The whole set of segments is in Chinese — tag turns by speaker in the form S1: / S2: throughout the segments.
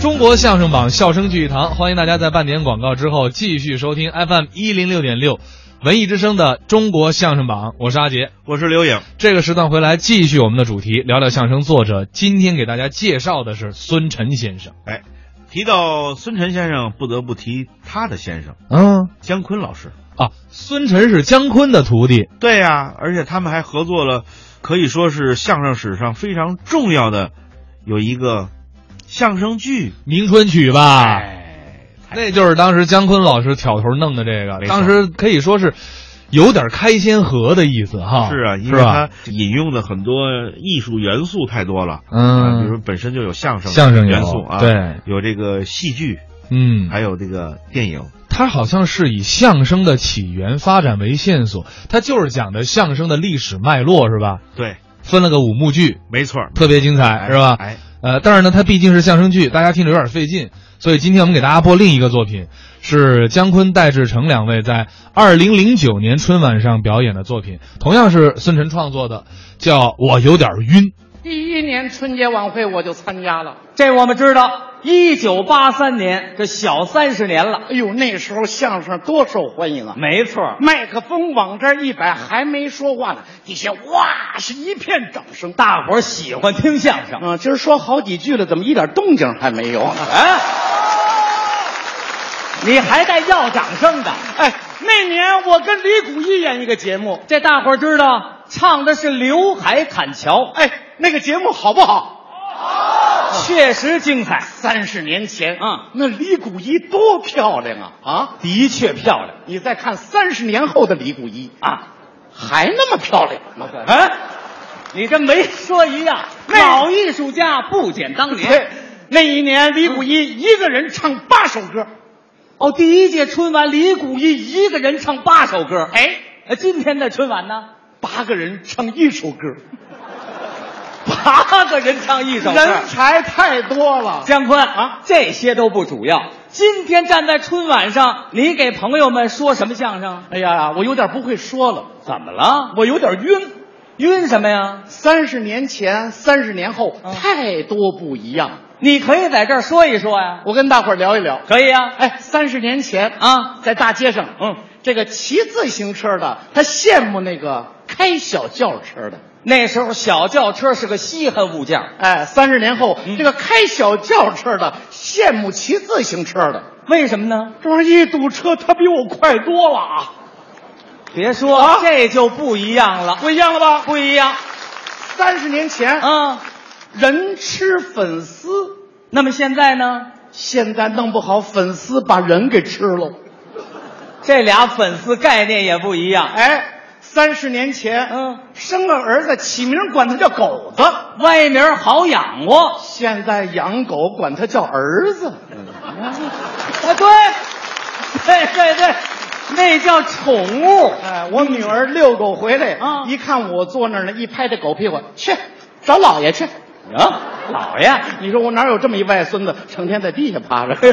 S1: 中国相声榜，笑声聚一堂，欢迎大家在半点广告之后继续收听 FM 一零六点六文艺之声的中国相声榜，我是阿杰。
S2: 我是刘颖，
S1: 这个时段回来继续我们的主题，聊聊相声作者。今天给大家介绍的是孙晨先生。
S2: 提到孙晨先生，不得不提他的先生
S1: 嗯
S2: 姜昆老师。
S1: 啊，孙晨是姜昆的徒弟。
S2: 对呀、而且他们还合作了，可以说是相声史上非常重要的有一个相声剧。
S1: 迎春曲吧，
S2: 哎，
S1: 那就是当时姜昆老师挑头弄的这个，
S2: 没错
S1: 当时可以说是有点开先河的意思哈。
S2: 是啊，因
S1: 是
S2: 为
S1: 吧？
S2: 他引用的很多艺术元素太多了。啊比
S1: 嗯，
S2: 如本身就有相声
S1: 相声有
S2: 元素啊，
S1: 对，
S2: 有这个戏剧，
S1: 嗯，
S2: 还有这个电影。
S1: 他好像是以相声的起源发展为线索，他就是讲的相声的历史脉络是吧？
S2: 对，
S1: 分了个五幕剧，
S2: 没错儿，
S1: 特别精彩
S2: 哎
S1: 是吧？
S2: 哎，
S1: 呃，但是呢，它毕竟是相声剧，大家听着有点费劲，所以今天我们给大家播另一个作品，是姜昆、戴志诚两位在二零零九年春晚上表演的作品，同样是孙晨创作的，叫《我有点晕》。
S3: 第一年春节晚会我就参加了，
S4: 这我们知道，一九八三年，这小三十年了。
S3: 哎呦，那时候相声多受欢迎啊！
S4: 没错，
S3: 麦克风往这儿一摆，还没说话呢，底下哇是一片掌声。
S4: 大伙儿喜欢听相声。
S3: 啊，今儿说好几句了，怎么一点动静还没有？啊
S4: 哎，你还带要掌声的？
S3: 哎，那年我跟李谷一演一个节目，
S4: 这大伙儿知道，唱的是《刘海砍桥》，
S3: 哎，那个节目好不好？
S4: 确实精彩，
S3: 三十年前
S4: 嗯
S3: 那李谷一多漂亮啊！啊，
S4: 的确漂亮
S3: 你再看三十年后的李谷一，
S4: 啊！
S3: 还那么漂亮吗？
S4: 哎，你跟没说一样，老艺术家不减当
S3: 对嗯
S4: 年。，
S3: 那一年李谷一一个人唱八首歌，
S4: 哦，第一届春晚，李谷一一个人唱八首歌。
S3: 哎，
S4: 哎，今天的春晚呢？
S3: 八个人唱一首歌，
S4: 八个人唱一首歌。
S3: 人才太多了。
S4: 姜昆
S3: 啊
S4: 这些都不主要。今天站在春晚上，你给朋友们说什么相声？
S3: 哎呀，我有点不会说了，
S4: 怎么了？我有点晕，晕什么呀？
S3: 三十年前、三十年后、
S4: 啊
S3: 太多不一样。
S4: 你可以在这儿说一说呀、
S3: 我跟大伙儿聊一聊。
S4: 可以呀、
S3: 哎，三十年前
S4: 啊
S3: 在大街上，
S4: 嗯，
S3: 这个骑自行车的他羡慕那个开小轿车的。
S4: 那时候小轿车是个稀罕物件儿，
S3: 哎，三十年后，
S4: 嗯
S3: 这个开小轿车的羡慕骑自行车的。
S4: 为什么呢？
S3: 这玩意儿一堵车，他比我快多了啊！
S4: 别说，
S3: 啊
S4: 这就不一样了，
S3: 不一样了吧？
S4: 不一样。
S3: 三十年前，
S4: 嗯，
S3: 人吃粉丝，
S4: 那么现在呢？
S3: 现在弄不好粉丝把人给吃了。
S4: 这俩粉丝概念也不一样。
S3: 哎，三十年前，
S4: 嗯，
S3: 生个儿子起名管他叫狗子，
S4: 歪名好养活。
S3: 现在养狗管他叫儿子。
S4: 啊，对，对对对，那叫宠物。
S3: 哎，我女儿遛狗回来，
S4: 啊
S3: 一看我坐那儿呢，一拍这狗屁股，去找姥爷去。
S4: 啊，老爷，
S3: 你说我哪有这么一外孙子，成天在地下趴着？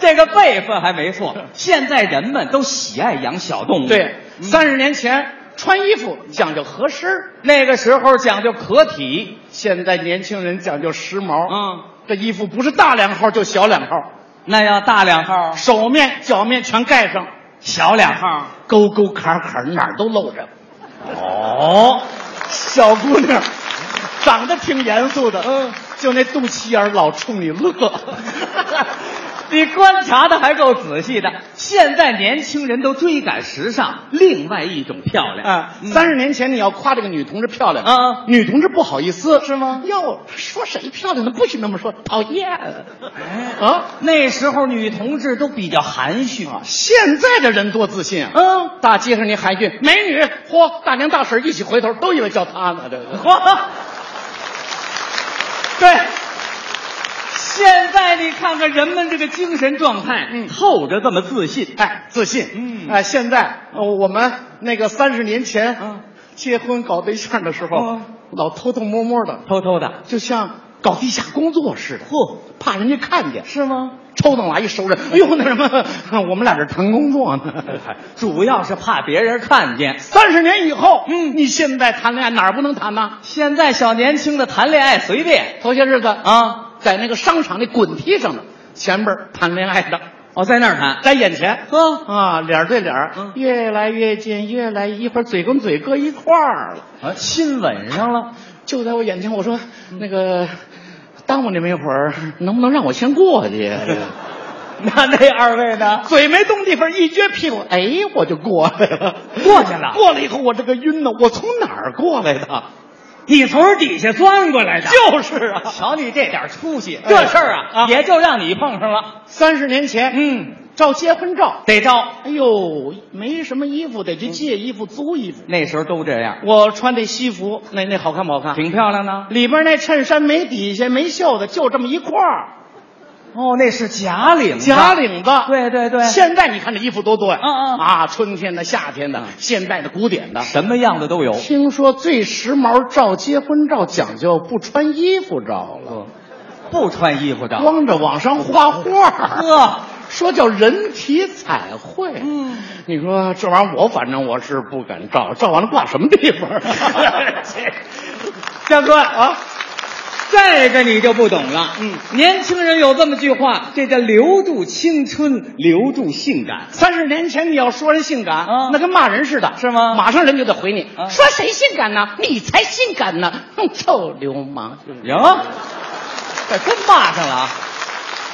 S4: 这个辈分还没错。现在人们都喜爱养小动物，
S3: 对，
S4: 嗯
S3: 三十年前穿衣服讲究合身儿，
S4: 那个时候讲究可体，
S3: 现在年轻人讲究时髦，
S4: 嗯，
S3: 这衣服不是大两号就小两号，
S4: 那要大两号，
S3: 手面脚面全盖上，
S4: 小两号。
S3: 沟沟坎坎哪儿都露着。
S4: 哦，
S3: 小姑娘长得挺严肃的，
S4: 嗯，
S3: 就那肚脐眼儿老冲你乐。
S4: 啊 你观察的还够仔细的。现在年轻人都追赶时尚，另外一种漂亮
S3: 啊，
S4: 嗯
S3: 三十年前你要夸这个女同志漂亮，
S4: 啊
S3: 女同志不好意思，是吗？哟，说谁漂亮呢？不许那么说，讨厌。
S4: 哎
S3: 啊，
S4: 那时候女同志都比较含蓄，
S3: 现在的人多自信啊！
S4: 嗯，
S3: 大街上你喊一句“美女”，嚯，大娘大婶一起回头，都以为叫她呢。这个
S4: 嚯！ 对，现在你看看人们这个精神状态，
S3: 嗯
S4: 透着这么自信。
S3: 哎，自信。
S4: 嗯
S3: 哎，现在、呃我们那个三十年前、
S4: 嗯
S3: 结婚搞对象的时候，
S4: 哦
S3: 老偷偷摸摸的，
S4: 偷偷的，
S3: 就像搞地下工作似的，
S4: 嚯，
S3: 怕人家看见。
S4: 是吗？
S3: 抽到哪一熟人， 哎呦，那什么，我们俩这谈工作呢。
S4: 哎主要是怕别人看见。
S3: 三十年以后，
S4: 嗯
S3: 你现在谈恋爱哪儿不能谈呢？
S4: 现在小年轻的谈恋爱随便
S3: 头些日子
S4: 啊，
S3: 在那个商场那滚梯上呢，前边儿谈恋爱的，
S4: 哦，在那儿谈，
S3: 在眼前，
S4: 呵，
S3: 啊，脸儿对脸儿
S4: 嗯，
S3: 越来越近，越来一会儿嘴跟嘴搁一块儿了，
S4: 啊，亲吻上了，嗯
S3: 就在我眼前。我说那个耽误你们一会儿，能不能让我先过去呀？
S4: 哎
S3: 这个
S4: 那那二位呢？
S3: 嘴没动地方，一撅屁股，哎，我就过来了，
S4: 过去了
S3: 过来以后，我这个晕呢，我从哪儿过来的？
S4: 你从底下钻过来的，
S3: 就是啊，
S4: 瞧你这点出息，
S3: 哎
S4: 这事儿啊
S3: 啊
S4: 也就让你碰上了。
S3: 三十年前，
S4: 嗯，
S3: 照结婚照，
S4: 得招，
S3: 哎呦，没什么衣服，得去借衣服、租衣服。
S4: 那时候都这样，
S3: 我穿这西服，那那好看不好看？
S4: 挺漂亮的。
S3: 里边那衬衫没底下，没袖子，就这么一块儿，
S4: 哦，那是假领子
S3: 假领子。
S4: 对对对
S3: 现在你看这衣服多多呀，
S4: 嗯嗯
S3: 啊，春天的、夏天的、现代的、古典的。
S4: 什么样的都有。
S3: 听说最时髦照结婚照讲究不穿衣服照了，
S4: 不穿衣服的，
S3: 光着往上画画，
S4: 呵，
S3: 说叫人体彩绘。
S4: 嗯，
S3: 你说这玩意儿，我反正我是不敢照，照完了挂什么地方？
S4: 江哥啊，这个你就不懂了。
S3: 嗯，
S4: 年轻人有这么句话，这叫留住青春，留住性感。
S3: 三十年前你要说人性感，
S4: 啊
S3: 那跟骂人似的，
S4: 是吗
S3: 马上人就得回你，
S4: 啊
S3: 说谁性感呢？你才性感呢！哼，臭流氓！
S4: 行，这真骂上了啊！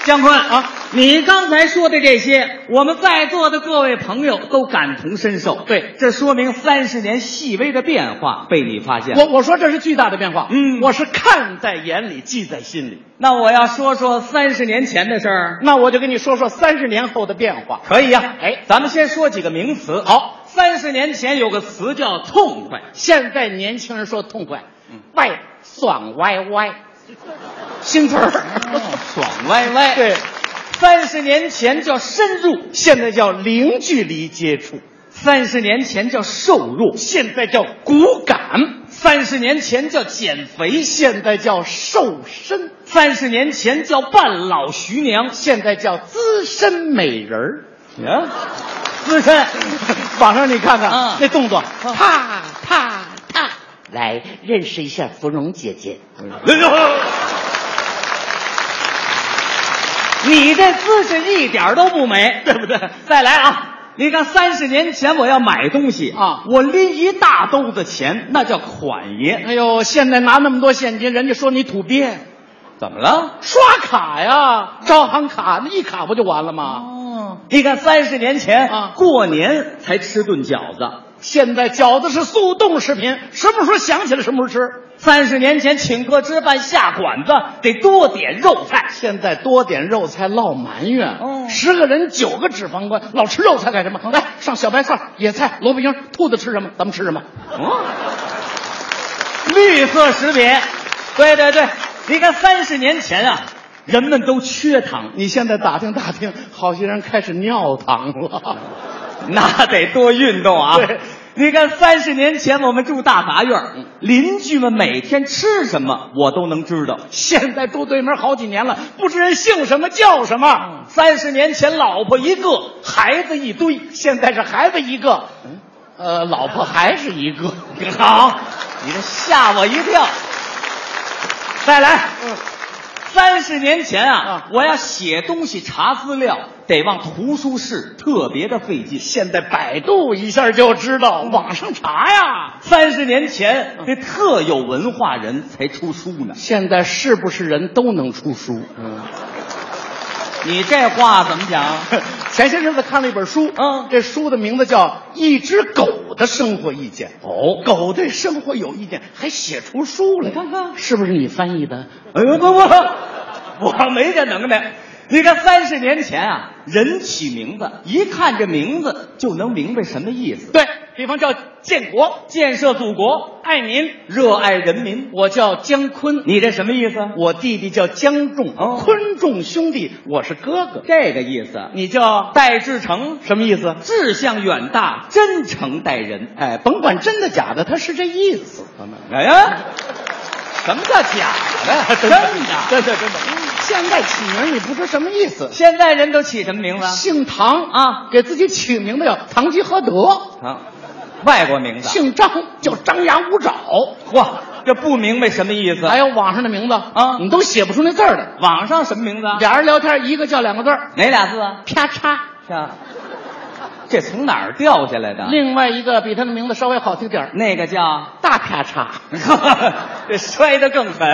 S4: 姜昆啊，你刚才说的这些，我们在座的各位朋友都感同身受。
S3: 对
S4: 这说明三十年细微的变化被你发现了。
S3: 我我说这是巨大的变化，
S4: 嗯
S3: 我是看在眼里，记在心里。
S4: 那我要说说三十年前的事儿，
S3: 那我就跟你说说三十年后的变化。
S4: 可以呀、
S3: 哎
S4: 咱们先说几个名词。
S3: 好，
S4: 三十年前有个词叫痛快，
S3: 现在年轻人说痛快，
S4: 嗯
S3: 外爽歪歪，新词儿。
S4: 哦嗯爽歪歪。
S3: 对，
S4: 三十年前叫深入，
S3: 现在叫零距离接触，
S4: 三十年前叫瘦弱，
S3: 现在叫骨感，
S4: 三十年前叫减肥，
S3: 现在叫瘦身。
S4: 三十年前叫半老徐娘，
S3: 现在叫资深美人儿。
S4: 啊，资深，
S3: 网上你看看、
S4: 嗯
S3: 那动作，
S5: 啪啪啪！来认识一下芙蓉姐姐。
S4: 嗯你这姿势一点都不美，对不对？再来啊！你看，三十年前我要买东西
S3: 啊
S4: 我拎一大兜子钱，那叫款爷。
S3: 哎呦，现在拿那么多现金，人家说你土鳖，
S4: 怎么了？
S3: 刷卡呀，招行卡那一卡不就完了吗？
S4: 哦，你看，三十年前
S3: 啊
S4: 过年才吃顿饺子，
S3: 现在饺子是速冻食品，什么时候想起来什么时候吃。
S4: 三十年前请客吃饭下馆子得多点肉菜，
S3: 现在多点肉菜落埋怨，
S4: 哦
S3: 十个人九个脂肪肝，老吃肉菜干什么？来上小白菜、野菜、萝卜缨，兔子吃什么咱们吃什么。
S4: 嗯绿色食品。对对对，你看三十年前啊，人们都缺糖，
S3: 你现在打听打听，好些人开始尿糖了。
S4: 那得多运动啊
S3: 对！嗯
S4: 你看，三十年前我们住大杂院儿，邻居们每天吃什么我都能知道。
S3: 现在住对门好几年了，不知人姓什么叫什么。
S4: 三十年前，老婆一个，孩子一堆。
S3: 现在是孩子一个，呃，老婆还是一个。
S4: 好，你这吓我一跳。再来，三十年前啊
S3: 嗯啊，
S4: 我要写东西查资料，得往图书室，特别的费劲。
S3: 现在百度哎一下就知道，网上查呀。
S4: 三十年前，这特有文化人才出书呢。
S3: 现在嗯是不是人都能出书？
S4: 你这话怎么讲？
S3: 前些日子看了一本书，
S4: 嗯
S3: 这书的名字叫《一只狗的生活意见》。 哦，狗对生活有意见，还写出书来，
S4: 你看看
S3: 是不是你翻译的？
S4: 哎呦，不不，我没这能耐。你看，三十年前啊，人起名字，一看这名字就能明白什么意思。
S3: 对，比方叫建国，
S4: 建设祖国，
S3: 爱民，
S4: 热爱人民。
S3: 我叫姜昆，
S4: 你这什么意思？
S3: 我弟弟叫姜仲，
S4: 哦
S3: 昆仲兄弟，我是哥哥。
S4: 这个意思。
S3: 你叫
S4: 戴志诚，
S3: 什么意思？
S4: 志向远大，真诚待人。
S3: 哎，甭管真的假的，他是这意思。
S4: 哎呀，什么叫假的？ 真的。
S3: 真的真的。现在起名你不知什么意思？
S4: 现在人都起什么名字？
S3: 姓唐
S4: 啊，
S3: 给自己起名字叫堂吉诃德；
S4: 啊，外国名字。
S3: 姓张叫张牙舞爪。
S4: 嚯，这不明白什么意思。
S3: 还，有网上的名字
S4: 啊
S3: 你都写不出那字儿来。
S4: 网上什么名字啊？
S3: 俩人聊天，一个叫两个字儿，
S4: 哪俩字啊？
S3: 啪嚓。
S4: 是啊，这从哪儿掉下来的？
S3: 另外一个比他的名字稍微好听点儿，
S4: 那个叫，
S3: 大啪嚓。
S4: 这摔得更狠。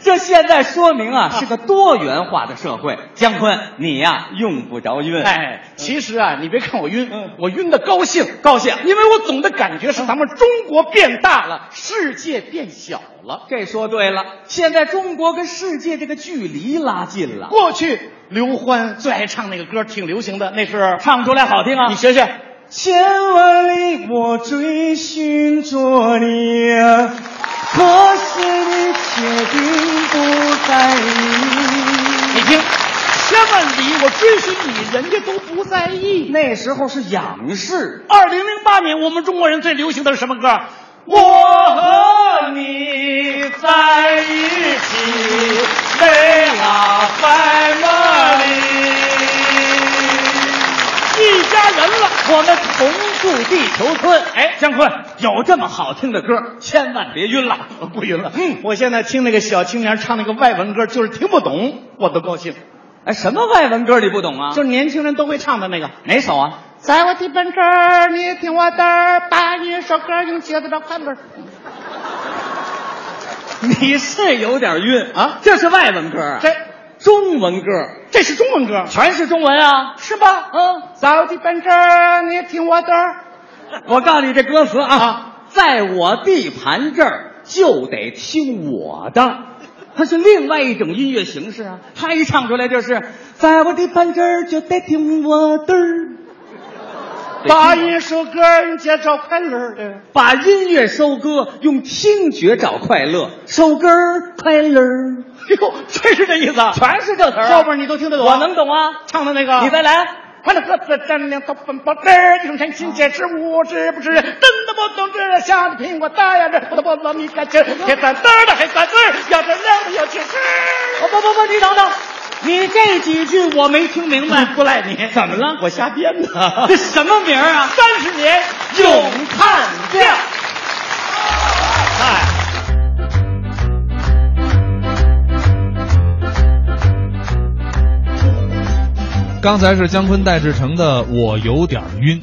S4: 这现在说明啊，是个多元化的社会。姜昆，你呀、用不着晕。
S3: 哎，其实啊，你别看我晕，
S4: 嗯
S3: 我晕的高兴，
S4: 高兴
S3: 因为我总的感觉是咱们中国变大了，世界变小了。
S4: 这说对了，现在中国跟世界这个距离拉近了，
S3: 过去刘欢最爱唱那个歌，挺流行的，那是
S4: 唱出来好听啊！
S3: 你学学。
S4: 千万里我追寻着你，可是你却并不在
S3: 你
S4: 意。
S3: 听，千万里我追寻你，人家都不在意。
S4: 那时候是仰视，
S3: 二零零八年，我们中国人最流行的是什么歌？
S4: 我和你在一起，飞啊白马里。
S3: 一家人了，
S4: 我们同住地球村。哎，姜昆有这么好听的歌，千万别晕了。
S3: 我不晕了。嗯，我现在听那个小青年唱那个外文歌，就是听不懂，我都高兴。
S4: 哎，什么外文歌你不懂啊？
S3: 就是年轻人都会唱的那个。
S4: 哪首啊？
S3: 在我的本这儿，你听我的儿，把一首歌用节奏照看本儿。
S4: 你是有点晕
S3: 啊
S4: 这是外文歌啊，
S3: 这
S4: 中文歌
S3: 这是中文歌，
S4: 全是中文啊。
S3: 是吧？
S4: 嗯，
S3: 在我的本这儿，你听我的儿。
S4: 我告诉你这歌词啊，
S3: 啊
S4: 在我地盘这儿就得听我的，它是另外一种音乐形式啊。他一唱出来就是在我地盘这儿就得听我的儿，
S3: 把一首歌用节奏快乐的。
S4: 把音乐收割，用听觉找快乐，收歌儿快乐儿，
S3: 哎呦，真是这意思啊！
S4: 全是这词儿啊。
S3: 后边你都听得懂啊，
S4: 我能懂啊，
S3: 唱的那个。
S4: 你再来。
S3: 快乐各自占领都奔跑，这儿用神情解释无知不知，真的不懂这下的苹果大呀这，我的菠萝蜜感情，黑三字儿的黑三字儿，要这亮的有气势。
S4: 哦不不不，你等等，你这几句我没听明白，
S3: 不赖你，
S4: 怎么了？
S3: 我瞎编的。
S4: 这什么名儿啊？
S3: 三十年
S4: 咏叹调。
S3: 哎，
S1: 刚才是姜昆戴志诚的《我有点晕》。